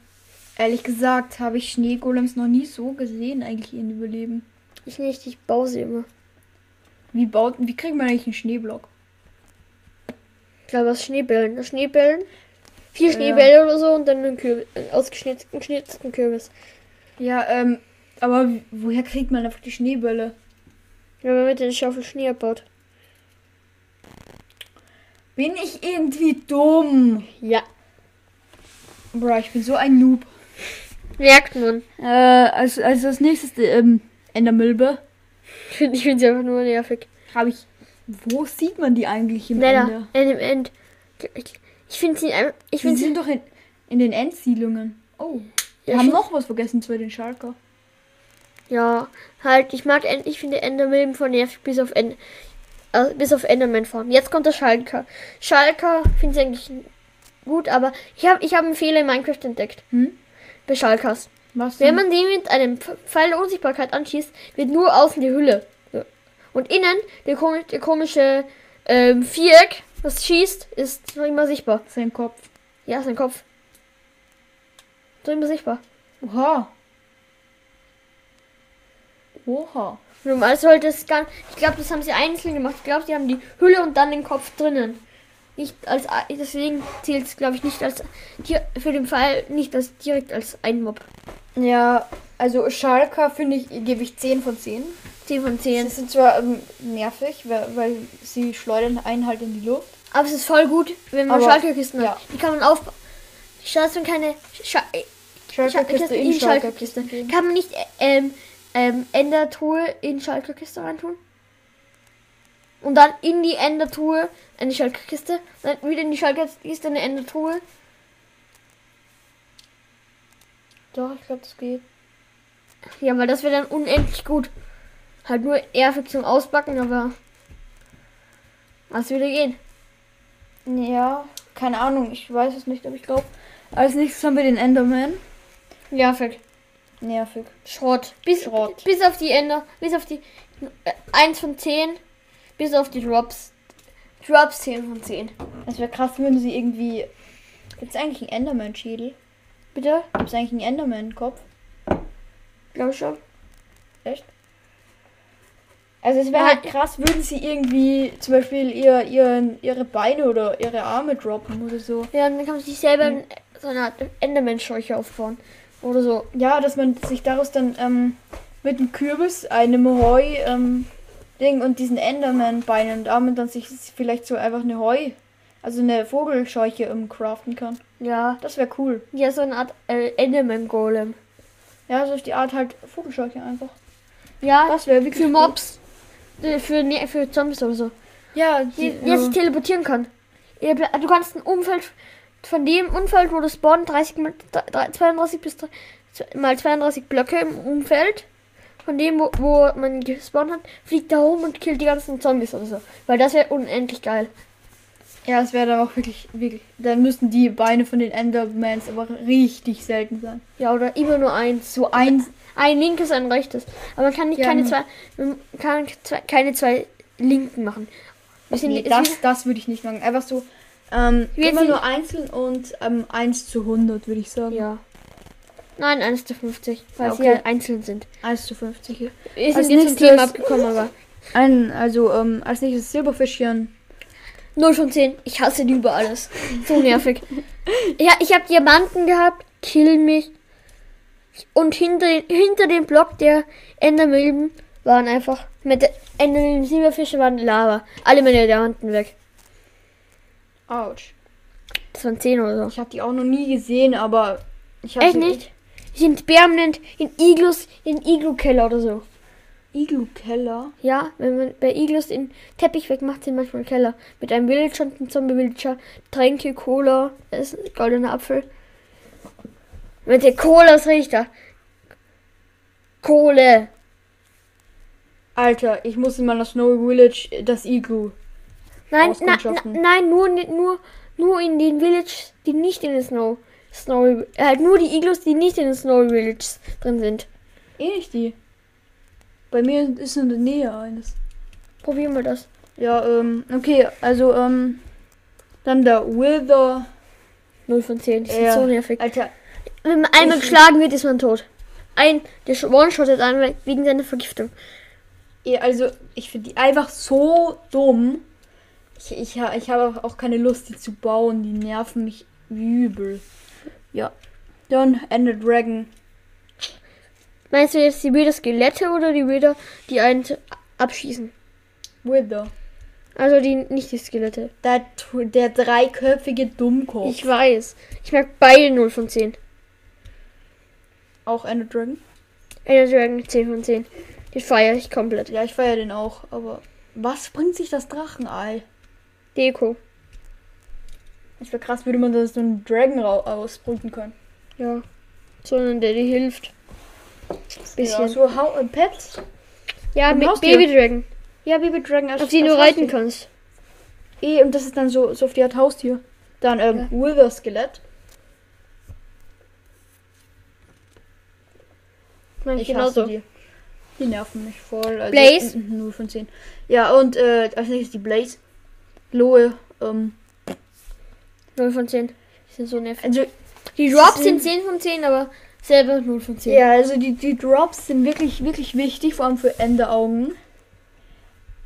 S1: Ehrlich gesagt habe ich Schneegolems noch nie so gesehen, eigentlich in Überleben.
S2: Ich nicht, ich baue sie immer.
S1: Wie baut, wie kriegt man eigentlich einen Schneeblock?
S2: Ich glaube aus Schneebällen. Aus Schneebällen. Vier
S1: Ja.
S2: Schneebälle oder so und dann einen Kürbis, einen ausgeschnitzten geschnitzten Kürbis.
S1: Ja, ähm, aber w- woher kriegt man einfach die Schneebälle?
S2: Wenn man mit der Schaufel Schnee abbaut.
S1: Bin ich irgendwie dumm?
S2: Ja.
S1: Bruh, ich bin so ein Noob.
S2: Merkt man.
S1: Äh, als, als das nächstes, ähm, Endermilbe.
S2: Ich finde ich find sie einfach nur nervig.
S1: Habe ich. Wo sieht man die eigentlich im
S2: Leider.
S1: Ende?
S2: End im End. Ich, ich finde sie einfach. Ich
S1: Die
S2: finde sie.
S1: sind doch in, in den Endsiedlungen. Oh. Wir
S2: Ja,
S1: haben
S2: ich-
S1: noch was vergessen zu den Schalker.
S2: Ja, halt, ich mag End, ich finde Endermilben von nervig bis auf End, äh, bis auf Enderman-Form. Jetzt kommt der Schalker. Schalker finde ich eigentlich gut, aber ich habe ich hab einen Fehler in Minecraft entdeckt.
S1: Hm?
S2: Bei Schalkers.
S1: Was
S2: Wenn man den mit einem Pf- Pfeil der Unsichtbarkeit anschießt, wird nur außen die Hülle. Ja. Und innen, der, komi der komische ähm, Viereck, das schießt, ist noch immer sichtbar.
S1: sein Kopf?
S2: Ja, sein Kopf. So immer sichtbar.
S1: Oha. Oha.
S2: Nun, Also sollte es ganz. Ich glaube, das haben sie einzeln gemacht. Ich glaube, die haben die Hülle und dann den Kopf drinnen. Nicht als a- deswegen zählt es, glaube ich, nicht als dir- für den Fall nicht als direkt als ein Mob.
S1: Ja, also Schalker finde ich, gebe ich 10 von 10.
S2: 10 von
S1: Sie
S2: 10.
S1: sind zwar ähm, nervig, weil, weil sie schleudern einen halt in die Luft.
S2: Aber es ist voll gut, wenn man
S1: Aber-
S2: Schalkerkisten hat.
S1: ja.
S2: Die kann man aufbauen. Schade, dass man keine Scha äh, Schalkerkiste in Schalkerkiste.
S1: geben.
S2: Kann man nicht äh, ähm, ähm, Endertruhe in Schalkerkiste reintun? Und dann in die Endertruhe eine Schalkerkiste. Dann wieder in die Schalkerkiste eine Endertruhe.
S1: Doch, ich glaube, das geht.
S2: Ja, weil das wäre dann unendlich gut. Halt nur nervig zum Ausbacken, aber. Was würde gehen?
S1: Ja, keine Ahnung, ich weiß es nicht, aber ich glaube. Als nächstes haben wir den Enderman.
S2: Nervig.
S1: Nervig.
S2: Schrott. Bis,
S1: Schrott.
S2: bis auf die Ender. Bis auf die. Äh, 1 von 10. Bis auf die Drops. Drops 10 von 10.
S1: Es wäre krass, wenn sie irgendwie. Gibt es eigentlich einen Enderman-Schädel?
S2: Bitte?
S1: Gibt es eigentlich einen Enderman-Kopf?
S2: Glaub schon.
S1: Echt? Also es wäre
S2: Ja.
S1: halt krass, würden sie irgendwie zum Beispiel ihr, ihr, ihre Beine oder ihre Arme droppen oder so.
S2: Ja, und dann kann man sich selber in- so eine Art Enderman-Scheuche aufbauen. Oder so.
S1: Ja, dass man sich daraus dann ähm, mit einem Kürbis, einem Heu, ähm, Ding und diesen Enderman-Beinen und Armen dann sich vielleicht so einfach eine Heu, also eine Vogelscheuche ähm, craften kann.
S2: Ja.
S1: Das wäre cool.
S2: Ja, so eine Art äh, Enderman-Golem.
S1: Ja, so auf die Art halt Vogelscheuche einfach.
S2: Ja,
S1: Das wäre wirklich
S2: für Mobs. Äh, für, ne, für Zombies oder so.
S1: Cool. Ja,
S2: Die,
S1: die,
S2: Der sich teleportieren kann. Er ble- Du kannst ein Umfeld von dem Umfeld, wo du spawnst, 30 mal, drei- drei- 32 bis drei- zwei- mal 32 Blöcke im Umfeld. Von dem, wo, wo man gespawnt hat, fliegt da rum und killt die ganzen Zombies oder so. Weil das wäre unendlich geil.
S1: ja, es wäre dann auch wirklich, wirklich. Dann müssten die Beine von den Endermans aber richtig selten sein.
S2: Ja, oder immer nur eins.
S1: So eins.
S2: Ein linkes, ein rechtes. Aber man kann nicht
S1: Ja,
S2: keine,
S1: ne.
S2: zwei, man kann zwei, keine zwei linken machen. Wir sind-
S1: Nee,
S2: es
S1: das
S2: ist-
S1: das würde ich nicht machen. Einfach so. Ähm,
S2: Wie
S1: immer
S2: sie-
S1: nur einzeln und ähm, 1 zu 100, würde ich sagen.
S2: ja. Nein, 1 zu 50, weil
S1: Ja,
S2: sie
S1: okay.
S2: ja einzeln sind.
S1: 1 zu 50. ja.
S2: Wir
S1: Als
S2: sind jetzt vom
S1: nächstes-
S2: Thema abgekommen, aber.
S1: Ein, also ähm, als nächstes Silberfischchen.
S2: 0 von 10. Ich hasse die über alles. So nervig. ja, ich habe Diamanten gehabt. Kill mich. Und hinter, hinter dem Block der Endermilben waren einfach. Mit der Endermilben Silberfische waren Lava. Alle meine Diamanten weg.
S1: Autsch.
S2: Das waren 10 oder so.
S1: Ich habe die auch noch nie gesehen, aber ich habe
S2: Echt nicht? Die sind permanent in Iglus, in Iglu-Keller oder so.
S1: Iglu-Keller.
S2: Ja, wenn man bei Iglus den Teppich wegmacht, sind manchmal Keller. Mit einem Villager und einem Zombie-Villager. Tränke, Cola, Essen, goldener Apfel. Mit der Cola ist Richter. Kohle.
S1: Alter, ich muss in meiner Snowy Village das Igloo.
S2: Nein, na, na,
S1: Auskundschaften.
S2: nein, nur, nur, nur in den Villages, die nicht in den Snow, Snowy, äh, halt nur die Igloos, die nicht in den Snowy Villages drin sind.
S1: Eh nicht die. Bei mir ist in der Nähe eines.
S2: Probieren wir das.
S1: Ja, ähm, okay, also, ähm, dann der Wither.
S2: 0 von 10, die sind
S1: Ja.
S2: so nervig.
S1: Alter,
S2: Wenn man einmal
S1: Ich-
S2: geschlagen wird, ist man tot. Ein, der sch- one-shottet einen wegen seiner Vergiftung.
S1: eh, also, ich finde die einfach so dumm. Ich, ich, ha- ich habe auch keine Lust, die zu bauen. Die nerven mich übel. Ja. Dann Ender Dragon.
S2: Meinst du jetzt die Bilder Skelette oder die Bilder, die einen t- abschießen?
S1: Wither.
S2: Also die nicht die Skelette.
S1: Der, der dreiköpfige Dummkopf.
S2: Ich weiß. Ich mag beide 0 von 10.
S1: auch Ender Dragon.
S2: Elder Dragon 10 von 10. Den feiere ich komplett.
S1: Ja, ich feiere den auch, aber was bringt sich das Drachenei?
S2: Deko.
S1: Ich wäre krass, würde man das so einen Dragon ra- ausbrüten können.
S2: Ja. Sondern der dir hilft.
S1: Ja,
S2: Bisschen.
S1: so hau äh, Pets.
S2: Ja,
S1: Ein
S2: mit
S1: Haustier.
S2: Baby Dragon.
S1: Ja, Baby Dragon. Als,
S2: Auf den du
S1: als
S2: reiten
S1: Haustier.
S2: kannst.
S1: Eh, und das ist dann so, so auf die Art Haustier. Dann ähm, Wither Skelett.
S2: Nein,
S1: Ich
S2: genau
S1: hasse
S2: so.
S1: die. Die nerven mich voll. Also,
S2: Blaze?
S1: 0 von 10. Ja, und äh, als nächstes die Blaze. Loe. Ähm,
S2: 0 von 10. Die sind so nervig.
S1: also,
S2: Die Drops sind 10 von 10, aber selber 0 von 10.
S1: ja, also die, die Drops sind wirklich, wirklich wichtig, vor allem für Enderaugen.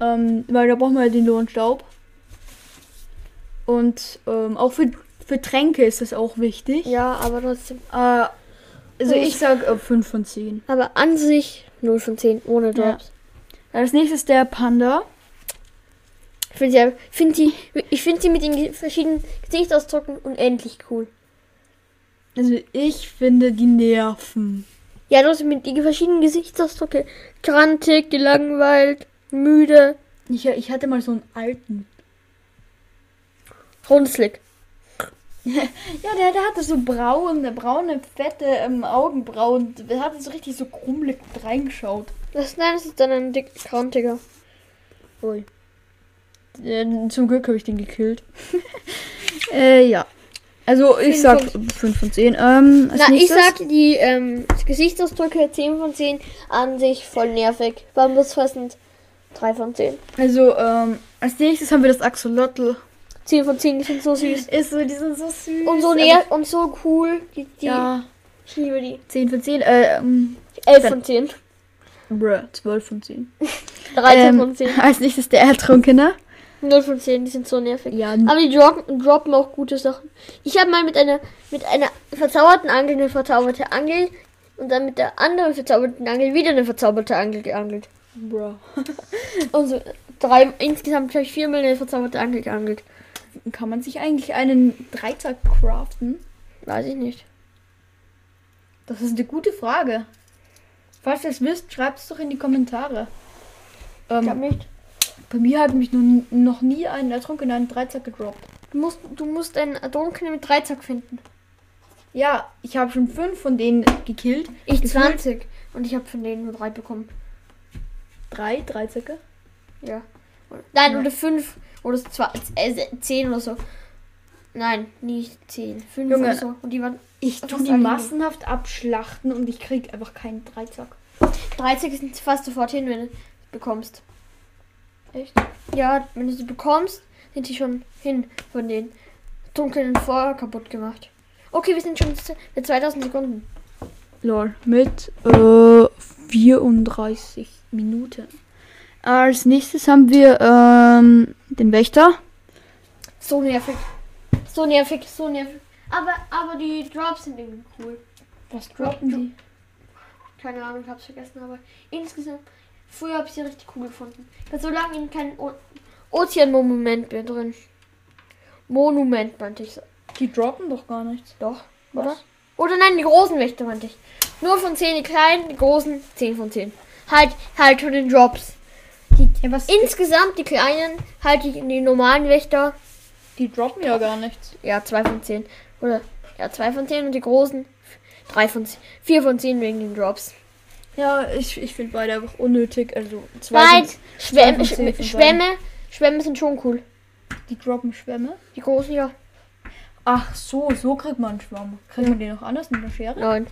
S1: Ähm, weil da braucht man ja den Lohnstaub. Und ähm, auch für, für Tränke ist das auch wichtig.
S2: Ja, aber trotzdem.
S1: Äh, also
S2: Und-
S1: ich sag äh, 5 von 10.
S2: Aber an sich 0 von 10 ohne Drops.
S1: Als nächstes der Panda.
S2: Ich finde ja, ich find die, ich find die mit den ge- verschiedenen Gesichtsausdrücken unendlich cool.
S1: Also ich finde die Nerven.
S2: Ja, du hast mit den verschiedenen Gesichtsausdrücke. Grantig, gelangweilt, müde,
S1: Ich, ich hatte mal so einen alten.
S2: runzlig.
S1: Ja, der, der hatte so braune, braune, fette ähm, Augenbrauen. Der hatte so richtig so krummelig reingeschaut.
S2: Das, nein, das ist dann ein dick, grantiger.
S1: Ui. Äh, zum Glück habe ich den gekillt. (laughs) äh, ja. Also ich
S2: Fünf
S1: sag 5 von 10. Ähm, als
S2: Na, ich
S1: nächstes-
S2: sag, die ähm, Gesichtsausdrücke 10 von 10 an sich voll nervig. Bambusfressend 3 von 10.
S1: Also, ähm, als nächstes haben wir das Axolotl.
S2: 10 von 10, die sind so süß.
S1: Ist so, die sind so süß.
S2: Und so
S1: aber-
S2: näher und so cool. Die, die,
S1: Ja,
S2: Ich liebe die.
S1: 10 von 10. Äh, ähm,
S2: 11
S1: Dann-
S2: von 10.
S1: bruh, 12 von 10.
S2: 13
S1: Ähm,
S2: von 10.
S1: (laughs) Als nächstes der Ertrunkene.
S2: 0 von 10, die sind so nervig.
S1: Ja,
S2: Aber die droppen, droppen auch gute Sachen. Ich habe mal mit einer mit einer verzauberten Angel eine verzauberte Angel und dann mit der anderen verzauberten Angel wieder eine verzauberte Angel geangelt.
S1: bro.
S2: Und so drei, insgesamt vielleicht viermal eine verzauberte Angel geangelt.
S1: Kann man sich eigentlich einen Dreizack craften?
S2: Weiß ich nicht.
S1: Das ist eine gute Frage. Falls ihr es wisst, schreibt es doch in die Kommentare.
S2: Ich glaube
S1: Ähm,
S2: nicht.
S1: bei mir hat mich nun, noch nie ein Ertrunkener einen Dreizack gedroppt.
S2: Du musst, du musst einen Dunklen mit Dreizack finden.
S1: Ja, ich habe schon fünf von denen gekillt.
S2: Ich
S1: Gefühlt-
S2: 20. Und ich habe von denen nur drei bekommen.
S1: Drei Dreizacke?
S2: Ja. Nein,
S1: Ja.
S2: oder fünf. Oder zwei, äh, se- zehn oder so. Nein, nicht zehn. Fünf
S1: Junge.
S2: oder so. Und die waren
S1: Ich
S2: Das
S1: tu
S2: ist
S1: die
S2: ein-
S1: massenhaft abschlachten und ich krieg einfach keinen Dreizack.
S2: 30 sind fast sofort hin, wenn du es bekommst.
S1: Echt?
S2: Ja, wenn du sie bekommst, sind die schon hin von den dunklen Feuer kaputt gemacht. Okay, wir sind schon z- mit 2000 Sekunden.
S1: Lol. Mit äh, 34 Minuten. Als nächstes haben wir ähm, den Wächter.
S2: So nervig. So nervig, so nervig. Aber, aber die Drops sind irgendwie cool.
S1: Was
S2: droppen
S1: die?
S2: Keine Ahnung, ich hab's vergessen, aber insgesamt, früher hab ich sie richtig cool gefunden. Weil solange in kein O- Ozeanmonument mehr drin. Monument meinte ich. so.
S1: Die droppen doch gar nichts.
S2: Doch.
S1: Oder?
S2: Oder nein, die großen Wächter meinte ich. Nur von 10 die kleinen, die großen 10 von 10. Halt, halt von den Drops.
S1: Ja, was?
S2: Insgesamt die kleinen, halt die, die normalen Wächter,
S1: die droppen ja gar nichts.
S2: ja 2 von 10. Oder ja 2 von 10 und die großen 3 von 10, 4 von 10 wegen den Drops.
S1: Ja, ich, ich finde beide einfach unnötig. Also zwei
S2: Nein,
S1: sind-
S2: Schwämme,
S1: zwei von zehn von
S2: Schwämme, Schwämme sind schon cool.
S1: die droppen Schwämme.
S2: Die großen, ja.
S1: Ach so, so kriegt man einen Schwamm. Kriegt man den noch anders mit der Schere?
S2: Nein.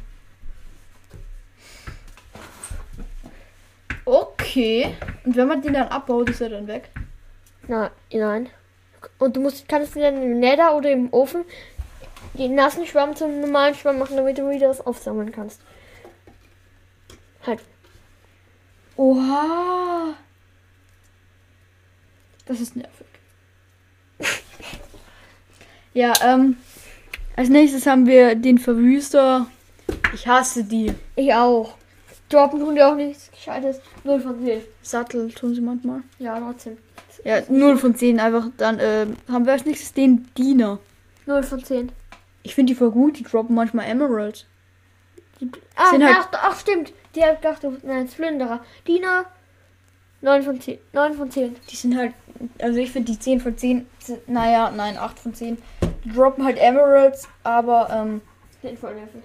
S1: Okay. Und wenn man den dann abbaut, ist er dann weg.
S2: Na, nein. Und du musst, kannst ihn dann im Nether oder im Ofen den nassen Schwamm zum normalen Schwamm machen, damit du wieder was aufsammeln kannst. Halt.
S1: Oha. Das ist nervig. (laughs) ja, ähm. Als nächstes haben wir den Verwüster. Ich hasse die.
S2: Ich auch. Droppen tun dir auch nichts Gescheites. Null von 10.
S1: Sattel tun sie manchmal.
S2: Ja, trotzdem.
S1: Ja, 0 von 10 einfach. Dann ähm, haben wir als nächstes den Diener.
S2: Null von 10.
S1: Ich finde die voll gut, die droppen manchmal Emeralds.
S2: Ah,
S1: Sind halt-
S2: ach, ach, stimmt. Die hat gedacht, du- nein, Plünderer. Dina, 9 von 10. 9 von 10.
S1: Die sind halt, also ich finde die 10 von 10, sind- naja, nein, 8 von 10. Die droppen halt Emeralds, aber ähm,
S2: Den voll nervig.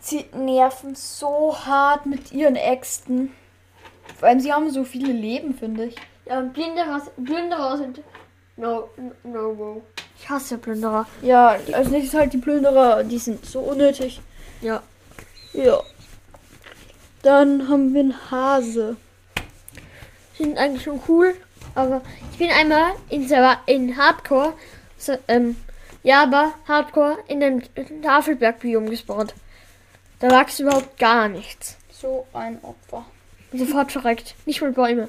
S1: sie nerven so hart mit ihren Äxten. Vor allem, sie haben so viele Leben, finde ich.
S2: Ja, und Plünderer, Plünderer sind no, no go. Ich hasse Plünderer.
S1: Ja, als nächstes halt die Plünderer, die sind so unnötig.
S2: Ja.
S1: Ja. Dann haben wir einen Hase.
S2: Die sind eigentlich schon cool, aber ich bin einmal in, Server- in Hardcore, so, ähm, ja, aber Hardcore in dem Tafelbergbiom gespawnt. Da wächst überhaupt gar nichts.
S1: So ein Opfer.
S2: Bin sofort verreckt. Nicht mal Bäume,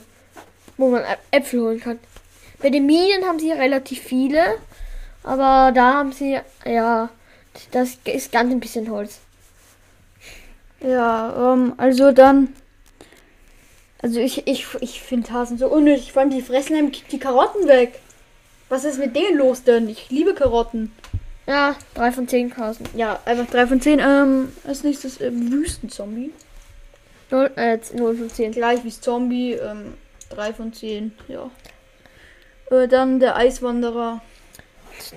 S2: wo man Ä- Äpfel holen kann. Bei den Minen haben sie relativ viele, aber da haben sie, ja, das ist ganz ein bisschen Holz.
S1: Ja, ähm, also dann. Also ich, ich, ich finde Hasen so unnötig. Vor allem, die fressen einem die Karotten weg. Was ist mit denen los denn? Ich liebe Karotten.
S2: Ja, 3 von 10 Kassen.
S1: Ja, einfach 3 von 10. Ähm, als nächstes äh, Wüstenzombie.
S2: 0, äh, 0 von 10.
S1: Gleich wie Zombie, ähm, 3 von 10, ja. Äh, dann der Eiswanderer.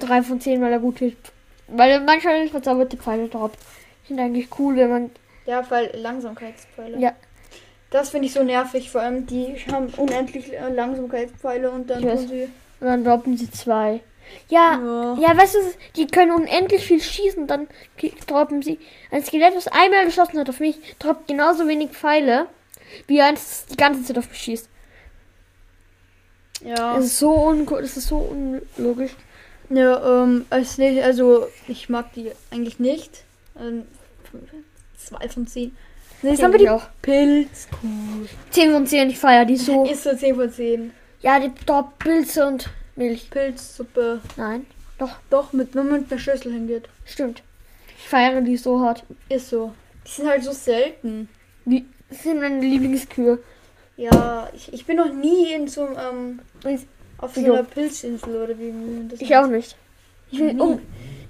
S2: 3 von 10, weil er gut hilft. Weil er manchmal verzauberte Pfeile droppt. Sind eigentlich cool, wenn man.
S1: Ja, weil Langsamkeitspfeile.
S2: Ja.
S1: Das finde ich so nervig. Vor allem, die haben unendlich äh, Langsamkeitspfeile und dann
S2: Ich weiß. Ah.
S1: tun sie.
S2: Und dann droppen sie zwei. Ja.
S1: Ja.
S2: Ja, weißt du, es ist- die können unendlich viel schießen, dann ge- droppen sie. Ein Skelett, das einmal geschossen hat auf mich, droppt genauso wenig Pfeile, wie eins, das die ganze Zeit auf mich schießt.
S1: ja.
S2: Das ist so uncool, das ist so unlogisch.
S1: Ja, ähm, als nächstes, also ich mag die eigentlich nicht. Ähm, zwei von zehn. Nee, jetzt haben wir
S2: Finde ich
S1: die
S2: auch.
S1: Pilz.
S2: 10 von 10, ich feier die so.
S1: Ist so 10 von 10.
S2: Ja, die droppt Pilze und Milch.
S1: Pilzsuppe.
S2: Nein,
S1: Doch, mit, wenn man mit einer Schüssel hingeht.
S2: stimmt. Ich feiere die so hart.
S1: Ist so. Die sind halt so selten.
S2: Wie, das sind meine Lieblingskühe.
S1: Ja, ich, ich bin noch nie in so einem, ähm,
S2: Ich-
S1: auf so
S2: Jo.
S1: einer Pilzinsel oder wie man das
S2: Ich
S1: nennt.
S2: auch nicht. Ich,
S1: will- oh,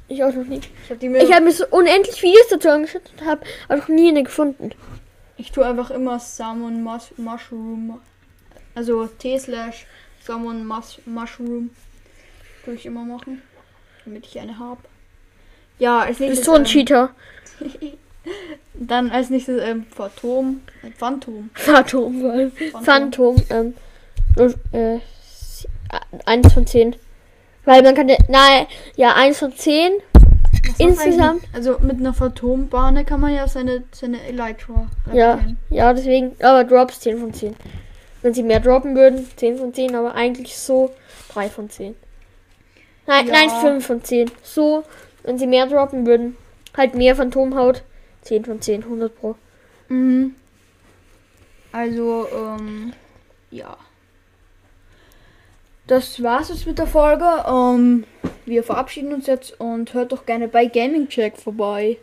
S2: ich auch noch nie.
S1: Ich hab die mir,
S2: Ich
S1: ich,
S2: habe mir so unendlich Videos dazu angeschaut und habe auch noch nie eine gefunden.
S1: tue einfach immer Salmon Mus Mushroom. Also T slash Salmon Mus Mushroom. Tue ich immer machen. Damit ich eine habe. Ja, als
S2: Du
S1: nächstes.
S2: bist so ein
S1: ähm,
S2: Cheater. (laughs)
S1: Dann als nächstes ähm, Phantom. Äh, Phantom.
S2: Phantom. vor allem. Phantom. Ähm, nur, äh, sie- äh, eins von zehn. Weil man kann ja, nein, ja, eins von zehn.
S1: Was macht
S2: insgesamt-
S1: eigentlich- Also mit einer Phantombahne kann man ja seine, seine Elytra
S2: Ja,
S1: reparieren.
S2: ja, deswegen, aber Drops 10 von 10. Wenn sie mehr droppen würden, 10 von 10, aber eigentlich so 3 von 10. Nein,
S1: Ja.
S2: nein, 5 von 10. So, wenn sie mehr droppen würden, halt mehr Phantomhaut, 10 von 10, 100 pro.
S1: Mhm. Also, ähm, ja. Das war's jetzt mit der Folge. Ähm, wir verabschieden uns jetzt und hört doch gerne bei Gaming Check vorbei.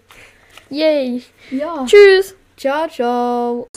S2: Yay.
S1: Ja.
S2: Tschüss.
S1: Ciao, ciao.